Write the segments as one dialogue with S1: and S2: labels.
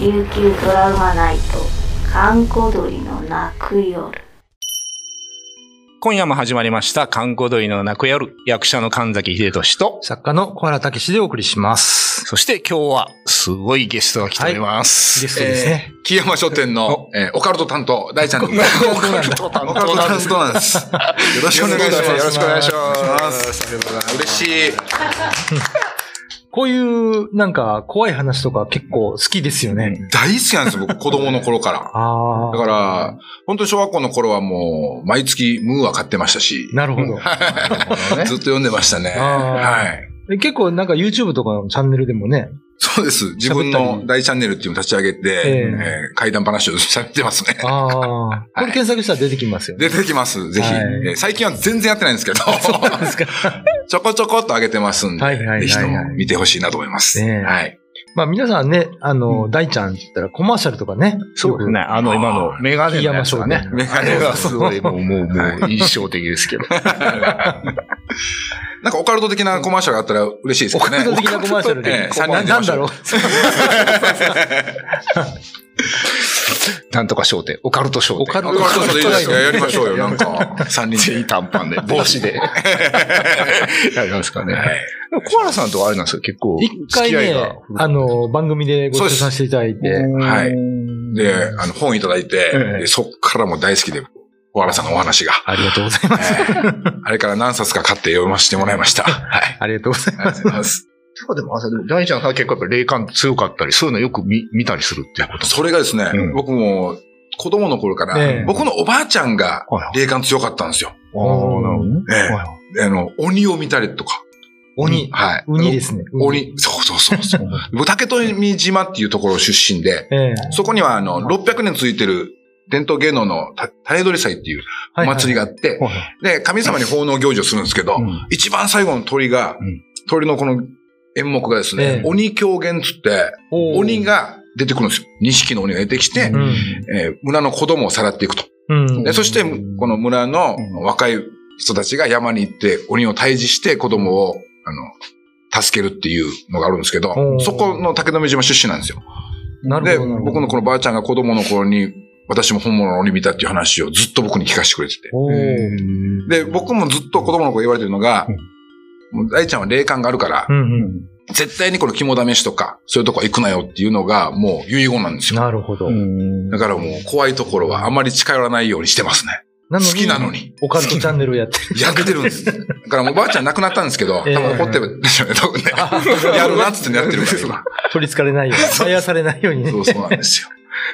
S1: 琉球ドラマナイト観光鳥の泣く夜
S2: 今夜も始まりました、観光鳥の泣く夜、役者の神崎秀俊と、
S3: 作家の小原武史でお送りします。
S2: そして今日は、すごいゲストが来ております。
S3: ゲストですね。
S4: えー木山書店の、えーオカルト担当、大ちゃんでございます。オカルト担当なんです。なんです。よろしくお願いします。よろしくお願いします。ありがとうございます。嬉しい。
S3: こういう、なんか、怖い話とか結構好きですよね。
S4: 大好きなんですよ、僕、子供の頃から。
S3: あ
S4: だか
S3: あ。
S4: ら、本当に小学校の頃はもう、毎月ムーア買ってましたし、
S3: なるほど。
S4: ずっと読んでましたね。
S3: あ
S4: はい。
S3: ー結構なんか YouTube とかのチャンネルでもね。
S4: そうです。自分
S3: 喋った
S4: の
S3: り
S4: 大チャンネルっていうのを立ち上げて、
S3: え
S4: えー怪談話を喋ってますね。
S3: ああ。これ検索したら出てきますよね。
S4: 出てきます、ぜひ。
S3: はい
S4: えー最近は全然やってないんですけ ど。
S3: そうですか。
S4: ちょこちょこっと上げてますんで、
S3: はいはいはいはい
S4: ぜひとも見てほしいなと思います。
S3: ねえ
S4: はい。
S3: まあ皆さんね、あの、大ちゃんって言ったらコマーシャルとかね。
S2: そうですね。あの、今のメガネのやつがね
S3: 木山商。
S4: メ
S2: あ
S4: ガネ
S2: れ
S4: が
S2: がすごい、もう、もう、もう、印象的ですけど。
S4: なんかオカルト的なコマーシャルがあったら嬉しいです
S3: オ
S4: よ
S3: カ
S4: ね。
S3: ルト的なコマーシャル
S4: え
S3: で
S4: え。三
S3: な
S4: 人で
S3: なんだろう。
S2: なんとか商店、オカルト商店。
S3: オカル
S4: オカルトでいいですかやりましょうよ、なんか。
S2: 三人全員短パンで、帽子 で。やりますかね。でもコアラさんとかあれなんですよ、結構。
S3: 一回
S2: 付き合い
S3: ね
S2: が、
S3: あの、番組でご一緒させていただいて。
S4: はい
S2: い
S4: で、あの、本いただいて、
S2: ええ
S4: でそっからもう大好きで、小原さんのお話が。
S3: ありがとうございます。
S4: あれから何冊か買って読ませてもらいました。はい。
S3: ありがとうございます。
S4: ありがとうございます。
S2: そうでも、あそうでも大ちゃんは結構やっぱ霊感強かったり、そういうのよく見見たりするっていうこと
S4: それがですね、
S2: うん
S4: 僕も子供の頃から、
S3: ええ
S4: 僕のおばあちゃんが
S2: はいはい
S4: 霊感強かったんですよ。
S2: あーなるほどね
S4: ええ
S2: はいはい
S4: あの、鬼を見たりとか。
S3: 鬼。
S4: はい。
S3: 鬼ですね。
S4: 鬼、そうそうそうそう。僕竹富島っていうところ出身で、
S3: ええ。
S4: そこにはあの、600年続いてる伝統芸能のた種取り祭っていうお
S3: はいはい
S4: 祭りがあって、
S2: はいは
S4: で、神様に奉納行事をするんですけど、
S2: うん
S4: 一番最後の鳥が、
S2: うん
S4: 鳥のこの演目がです
S3: ええ
S4: ね、鬼狂言つって、
S3: おー
S4: 鬼。が出てくるんですよ。二匹の鬼が出てきて、
S3: うん。
S4: えー村の子供をさらっていくと。
S3: うん。
S4: でそして、この村の
S2: うん
S4: 若い人たちが山に行って、鬼を退治して子供を、あの、助けるっていうのがあるんですけ
S3: お
S4: ど、
S3: ー
S4: そこの竹富島出身なんですよ。
S3: なる
S4: で、
S3: ほど。
S4: 僕のこのばあちゃんが子供の頃に、私も本物の鬼見たっていう話をずっと僕に聞かせてくれてて。
S3: おー
S4: で、僕もずっと子供の頃言われてるのが、もう大ちゃんは霊感があるから
S3: う、んうん。
S4: 絶対にこの肝試しとか、そういうとこは行くなよっていうのが、もう遺言なんですよ。
S3: なるほど。
S4: だからもう怖いところはあまり近寄らないようにしてますね。
S3: 好
S4: 好きなの。に。
S3: オカルトチャンネルをやってる。
S4: やってるんです。だからもうばあちゃん亡くなったんですけど、多
S3: ええ
S4: 分怒ってるでしょうね、多分ね。やるなっつってやってるから今。
S3: 取り憑かれない ように。バイアされないようにね
S4: そ。うそうなんですよ。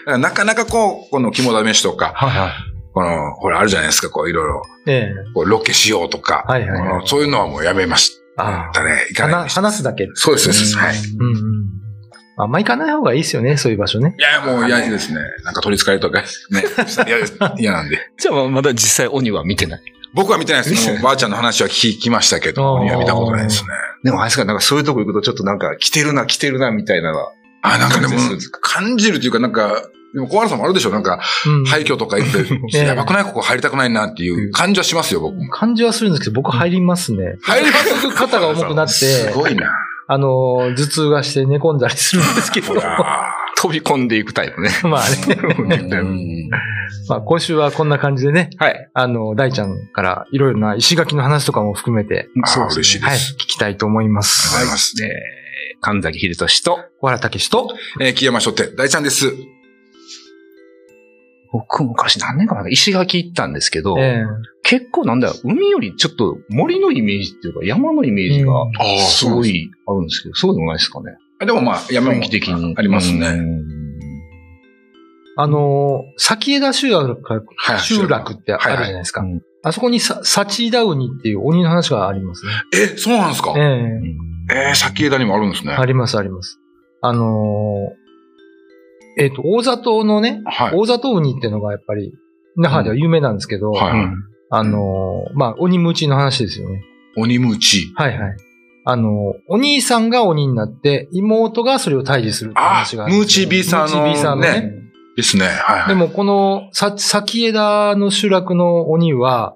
S4: だからなかなかこう、この肝試しとか、
S3: はいはい。
S4: この、ほら、あるじゃないですか、こう、いろいろ、
S3: ええ。
S4: こうロケしようとか、
S3: はいはいはい
S4: このそういうのはもうやめまし
S3: あ
S4: たね。行
S3: あ。
S4: かないよう
S3: 話
S4: にして
S3: 話すだけ。
S4: そうです、そうです。はい。い
S3: うんうん。あんま行かない方がいいですよね、そういう場所ね。
S4: や、もう嫌ですね。なんか取り憑かれとか、ね。嫌です嫌なんで。
S2: じゃあまだ実際鬼は見てない。
S4: 僕は見てない です。もうばあちゃんの話は聞きましたけど、
S3: あー
S4: 鬼は見たことないですね。
S2: でもあれですか、なんかそういうとこ行くとちょっとなんか来てるな来てるなみたいなのは。
S4: あ、なんかでも
S2: そうです、
S4: 感じるというか、なんか、でも小原さんもあるでしょなんか、
S3: うん。
S4: 廃墟とか行って、
S3: ええ
S4: やばくないここ入りたくないなっていう感じはしますよ、僕も。
S3: 感じはするんですけど、僕入りますね。
S4: 入ります
S3: 肩が重くなって
S4: すご いな。
S3: あの、頭痛がして寝込んだりするんですけど。
S4: ほ
S3: ま
S4: ら。
S2: 飛び込んでいくタイプね。
S3: あね。
S4: うん
S3: まあ、今週はこんな感じでね、
S2: はい。
S3: あの、大ちゃんからいろいろな石垣の話とかも含めて、
S4: あー嬉しいで
S3: はい、
S4: す
S3: 聞。きたいと思いま
S4: ありがとうござい
S3: す。
S4: ます。
S2: で、神崎秀俊と、
S3: 小原武史と、
S4: えー、木山書店、大ちゃんです。
S2: 僕昔何年か前か石垣行ったんですけど、
S3: え
S2: 結構なんだよ、海よりちょっと森のイメージっていうか山のイメージが
S3: うん
S4: ああ
S2: すご。いあるんですけど、そうでもないですかね。
S4: あでもまあ、山
S2: 雰
S4: も
S2: 囲気的に。
S4: ありますね
S2: うん。
S3: あのー、先枝集落か
S4: はい
S3: 集落ってあるじゃないですか。あそこにさサチダウニっていう鬼の話がありますね。
S4: え、そうなんですか
S3: え
S4: えー、先枝にもあるんですね。
S3: え
S4: は
S3: あ
S4: い。
S3: りますあります。あのー、えっ、と、大里のね、
S4: はい。
S3: 大里ウニっていうのがやっぱり、那覇では有名なんですけど、
S4: は
S2: うん
S3: あのー、まあ、鬼ムチの話ですよね。
S4: 鬼ムチ。
S3: はいはい。あの、お兄さんが鬼になって、妹がそれを退治するって
S4: あ
S3: 話が
S4: ー、
S3: あるん
S4: ム
S3: で
S4: ー
S3: す
S4: チ
S3: よ
S4: ビーサー
S3: ムーチビーサ
S4: の
S3: ーのね。
S4: ね。ですね。はいはい。
S3: でも、この、さ、先枝の集落の鬼は、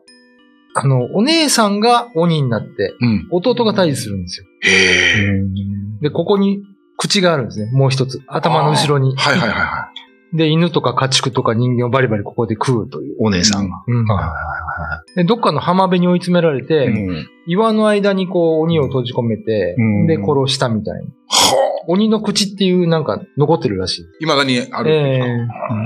S3: あの、お姉さんが鬼になって、
S4: うん。
S3: 弟が退治するんですよ。
S4: へえ。
S3: で、ここに、口があるんですね。もう一つ。頭の後ろに。
S4: はいはいはいは
S3: で、犬とか家畜とか人間をバリバリここで食うという。
S2: お姉さんが。
S3: うん
S2: はい
S3: でどっかの浜辺に追い詰められて、
S2: うん
S3: 岩の間にこう鬼を閉じ込めて、
S2: うん
S3: で、殺したみたいな。
S4: い。はあ。
S3: 鬼の口っていうなんか残ってるらしい。
S4: いまだにある。
S3: え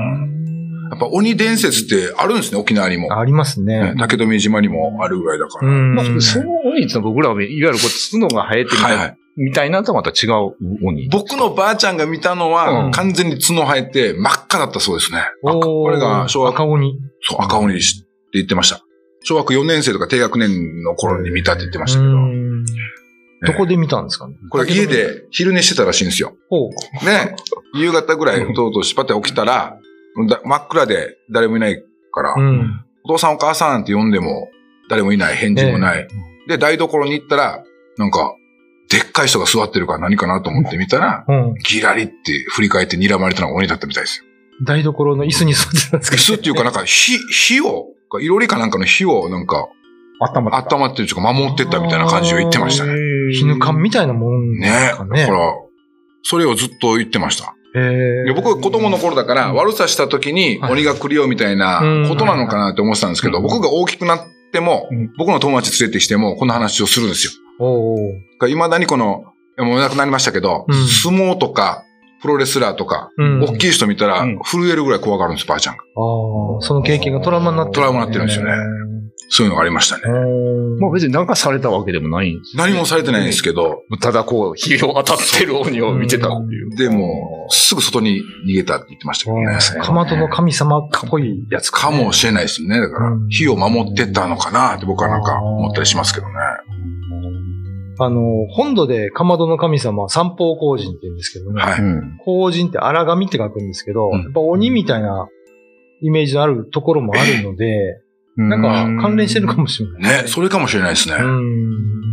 S4: やっぱ鬼伝説ってあるんですね、沖縄にも
S3: え。ありますね
S4: ね。竹富島にもあるぐらいだか
S3: う
S4: ら。
S3: ん。
S2: まあ、その鬼っていうのは僕らは、いわゆるこう、角が生えてみた,、
S4: はいいはい。
S2: みたいなのとはまた違う鬼。
S4: 僕のばあちゃんが見たのは、
S3: うん
S4: 完全に角生えて真っ赤だったそうですね。
S3: おー
S4: これが小学
S3: 赤鬼。
S4: そう、赤鬼しって言ってました。小学4年生とか低学年の頃に見たって言ってましたけ
S3: う
S4: ど、
S3: んどこで見たんですかね。
S4: これ家で昼寝してたらしいんですよ。
S3: ほう。
S4: ね、夕方ぐらい、とうとうしぱって起きたら、だ真っ暗で誰もいないから、
S3: うん。
S4: お父さんお母さんって呼んでも、誰もいない、返事もない。で、台所に行ったら、なんか、でっかい人が座ってるから何かなと思って見たら、
S3: うん。
S4: ギラリって振り返って睨まれたのが鬼だったみたいですよ。
S3: 台所の椅子に座ってたんです
S4: 椅
S3: け
S4: 子っていうかなんか火、火を、いろりかなんかの火をなんか、
S2: 頭とか
S4: 温まってるというか守ってったみたいな感じを言ってましたね。
S3: ど、絹缶みたいなもん
S4: ね
S3: です
S4: え。
S3: か
S4: だか
S3: ね。
S4: ら、それをずっと言ってました。
S3: へ
S4: で
S3: え
S4: 僕、子供の頃だから、
S3: うん
S4: 悪さした時に
S3: はい
S4: 鬼が来るよみたいなことなのかなって思ってたんですけど、
S2: うん
S4: 僕が大きくなっても
S2: うん、
S4: 僕の友達連れてきても、この話をするんですよ。
S3: おー
S4: いまだにこの、もう亡くなりましたけど、
S3: うん
S4: 相撲とか、プロレスラーとか、
S3: うん
S4: 大きい人見たら
S2: うん、
S4: 震えるぐらい怖がるんです、ばあちゃん
S3: あ
S4: が。
S3: あ、その経験がトラウマになって
S4: トラウマになってるんですよねそういうのがありましたね。
S3: ね
S2: まあ別に何かされたわけでもないんです。
S4: 何もされてないんですけど、
S2: ただこう、火を当たってる鬼を見てたっていう。
S4: でも、すぐ外に逃げたって言ってましたけどね。
S3: かまどの神様っぽいやつ
S4: かもしれないですね。だから
S3: う、ん
S4: 火を守ってたのかなって僕はなんか思ったりしますけどね。
S3: あの、本土でかまどの神様は三方公人って言うんですけどね。
S4: はい。
S2: うん
S3: 公人って荒神って書くんですけど、
S4: うん
S3: やっぱ鬼みたいなイメージのあるところもあるので、なんか関連してるかもしれない
S4: ね、それかもしれないですね。
S3: う
S4: あ
S3: ん。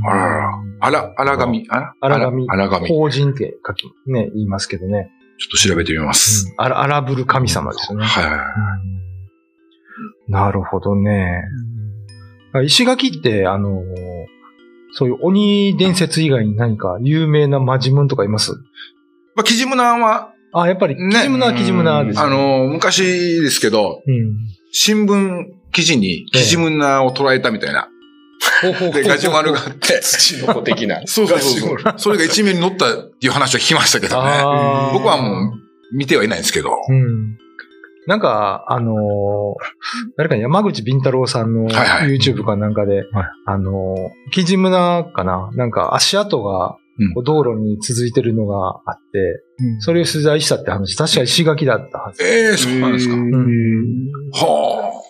S4: ららら。あら、あらがみ、あら
S3: 荒神
S4: あらがみ。ちょっ
S3: 公人って書き、ね、言いますけどね。
S4: と調べてみます。
S3: あら荒ぶる神様ですよね。
S4: はいはいはい。
S3: なるほどね。石垣って、あのーそういう鬼伝説以外に何か有名なマジムンとかいます
S4: まあ、キジムナーは、
S3: あ、やっぱり、キ
S4: ね
S3: ジムナーキジムナーです、ね。
S4: あ、のー、昔ですけど、
S3: うん。
S4: 新聞記事にキジムナーを捉えたみたいな。
S3: ほうほうほう
S4: で、ガジュマルがあって。
S2: 土の子的な。
S4: そうそうそう。それが一面に載ったっていう話は聞きましたけどね。
S3: あー
S4: 僕はもう見てはいないんですけど。
S3: うん。なんか、あのー誰か山口敏太郎さんの
S4: はいはい
S3: YouTube かなんかで、
S2: はい
S3: あのー、キジムナーかななんか足跡が
S4: うん
S3: こう道路に続いてるのがあって、それを取材したって話、確か石垣だったはず。
S4: ええー、そうなんですか
S2: へ。ー
S4: は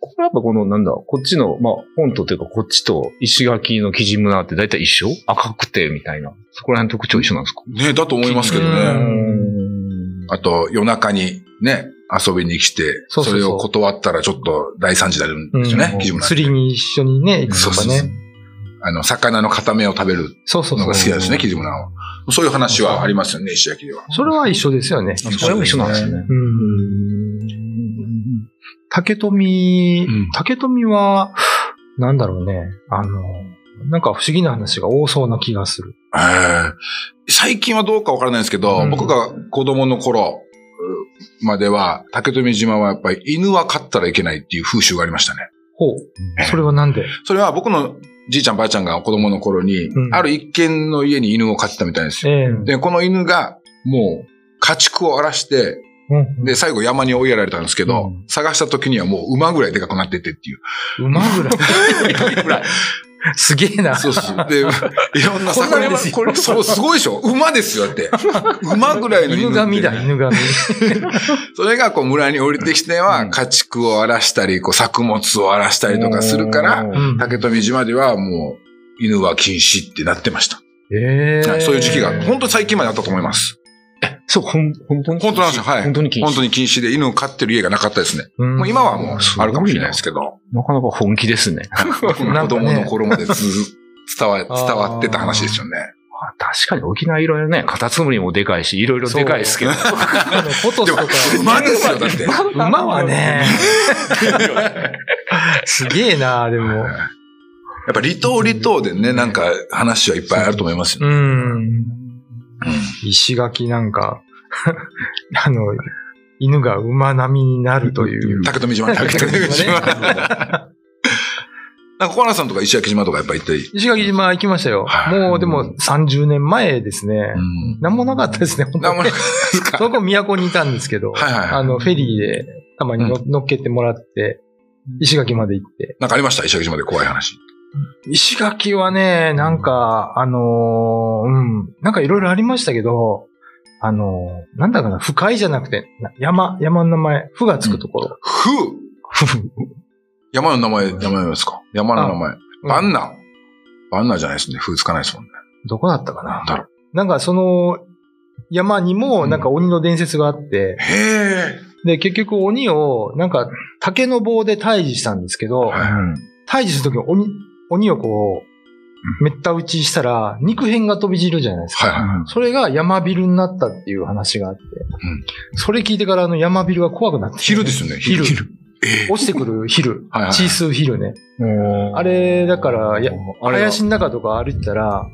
S2: これやっぱこの、なんだ、こっちの、まあ、本土というか、こっちと石垣のキジムナーって大体一緒赤くて、みたいな。そこら辺の特徴一緒なんですか
S4: あ。ね、だと思いますけど
S3: う
S4: ね。
S2: ん
S4: あと、夜中にね、遊びに来て、
S3: そうそうそう
S4: それを断ったらちょっと大惨事になるんですよね、
S3: うん
S4: 基準なんて
S3: 釣りに一緒にね、行くとか
S4: そうそうそう
S3: ね。
S4: あの、魚の片目を食べる
S3: そうそう
S4: の
S3: そ
S4: が
S3: う。
S4: 好きなんですね、キジムナーは。そういう話はありますよね、石焼では。
S3: それは一緒ですよね。
S2: それも一緒なんですね。
S3: うん。竹富、
S4: うん
S3: 竹富は、なんだろうね。あの、なんか不思議な話が多そうな気がする。
S4: えー最近はどうかわからないですけど、
S3: うん
S4: 僕が子供の頃うまでは、竹富島はやっぱり犬は飼ったらいけないっていう風習がありましたね。
S3: ほう。それはなんで
S4: それは僕のじいちゃんばあちゃんが子供の頃に、
S3: うん
S4: ある一軒の家に犬を飼ってたみたいですよ。
S3: ええ
S4: で、この犬がもう家畜を荒らして、
S3: うん
S4: で、最後山に追いやられたんですけど、
S2: うん
S4: 探した時にはもう馬ぐらいでかくなっててっていう。
S3: 馬ぐらい。すげえな。
S4: そうそう。で、いろんな
S3: こんな
S4: 魚
S3: んですよ
S4: これ、そう、すごいでしょ馬ですよ、だって。馬ぐらいの犬
S3: 犬
S4: って
S3: 神だ、犬 神。
S4: それがこう村に降りてきて
S2: う
S4: は、
S2: ん
S4: 家畜を荒らしたり、こう作物を荒らしたりとかするから、
S3: うん
S4: 竹富島ではもう犬は禁止ってなってました。
S3: ええ
S4: はいそういう時期が、本
S3: 当
S4: 当最近まであったと思います。
S2: そう、ほん、本当に
S4: 本当なんですよはい
S2: 本当に禁止。
S4: 本当に禁止で犬を飼ってる家がなかったですね。もう今はもうあるかもしれないですけど、
S2: なかなか本気ですね。
S4: 僕 の子供の頃までず伝わ、伝わってた話ですよね。
S2: あ確かに沖縄いろいろね、カタツムリもでかいし、いろいろでかいですけど。
S3: フォトスと
S4: でも
S3: か。、
S4: 馬ですよ、だって。
S3: 馬はね、 すげえな、でも。
S4: やっぱ離島離島でね、なんか話はいっぱいあると思いますよ、
S3: うん。石垣なんか、 あの、犬が馬並みになるという。
S4: 竹富島ね。竹富島。
S3: 竹富島
S4: なんか、小原さんとか石垣島とかやっぱ行って、
S3: 石垣島行きましたよ
S4: は。い
S3: もうで
S4: うん
S3: も30年前ですね。
S4: うん。
S3: なんもなかったですね、本
S4: な
S3: 当
S4: んも
S3: に
S4: なかったですか。
S3: そこ都にいたんですけど、
S4: はいはいはい
S3: あの、フェリーでたまにの乗っけてもらって、石垣まで行って。
S4: なんかありました石垣島で怖い話。
S3: 石垣はね、なんか、あのーうん、なんかいろいろありましたけど、あのーなんだかな、不快じゃなくて、な山、山の名前、不がつくところ。
S4: ふう山の名前、名前ですか山の名前。バンナ。バンナじゃないですね。ふうつかないですもんね。
S3: どこだったか
S4: な
S3: な。
S4: んだろう。
S3: なんかその、山にも、なんか鬼の伝説があって、
S4: へえ。
S3: で、結局鬼を、なんか、竹の棒で退治したんですけど、
S4: は
S3: 退治するときに鬼、鬼をこう、めった打ちしたら、肉片が飛び散るじゃないですか。
S4: はいはい
S3: それが山ビルになったっていう話があって、
S4: ん
S3: それ聞いてからあの山ビルが怖くなって、
S4: 昼ですよね昼
S3: 昼。
S4: え
S3: 落ちてくる昼
S4: はいはいは。い
S3: チース昼ね。
S2: うん
S3: あれだからや
S2: あれ
S3: 林の中とか歩いてたら、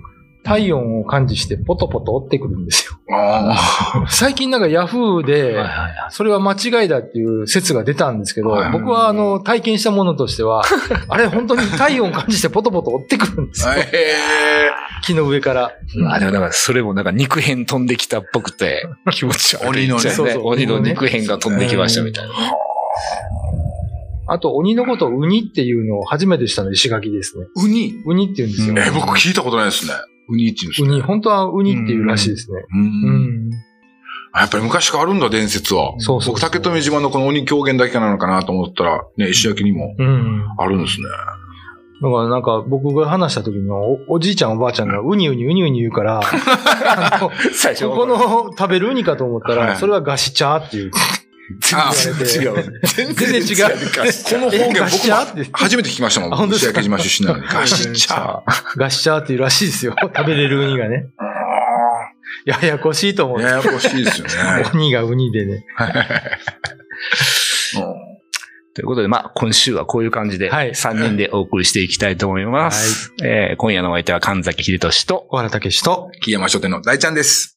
S3: 体温を感知してポトポト折ってくるんです よ。
S4: え。あ
S3: 最近なんかヤフーで、それは間違いだっていう説が出たんですけど
S4: はい、
S3: 僕はあの体験したものとし ては、あれ本当に体温感じしてポトポト折ってくるんですよ
S4: あ。。へえ。
S3: 木の上から。
S2: まあでもだからそれもなんか肉片飛んできたっぽくて 気持ち悪い。
S4: 鬼のね
S2: そうそう鬼の肉片が飛んできましたみたいな。
S3: あと鬼のことをウニっていうのを初めてしたの石垣ですね。
S4: ウニ。
S3: ウニって言うんですよ。
S4: えー、僕聞いたことないですね。ウニって言うんです
S3: ウ
S4: ね
S3: ニ、本当はウニっていうらしいですね。
S4: うん
S3: うん。
S4: あやっぱり昔からあるんだ、伝説は。
S3: そうそう
S4: 僕、竹富島のこの鬼狂言だけなのかなと思ったら、ね、石焼きにも
S3: うん。
S4: あるんですね。
S3: だからなんか僕が話した時のおおじいちゃんおばあちゃんがウニウニウニウニ言う から、あの
S2: 最
S3: そこの食べるウニかと思った
S4: は
S3: ら、
S4: い
S3: それはガシチャーっていう。こ
S4: あ
S3: 言
S2: う。全
S3: 然違う
S4: の方言僕も
S3: ガシチャーって。
S4: 初めて聞きましたもん、
S3: あ本当
S4: 僕
S3: です
S4: 石
S3: か
S4: 焼島出身なのに。ガシッチャー。
S3: ー。ガシチャーっていうらしい ですよ。食べれるウニがね。ややこしいと思う。
S4: ややこしいですよね。
S3: 鬼がウニでね。
S4: うん
S2: ということで、まあ、今週はこういう感じで、
S3: はい
S2: 3人でお送りしていきたいと思います。えー今夜のお相手は神崎秀俊と、
S3: 小原武史と、
S4: 木山書店の大ちゃんです。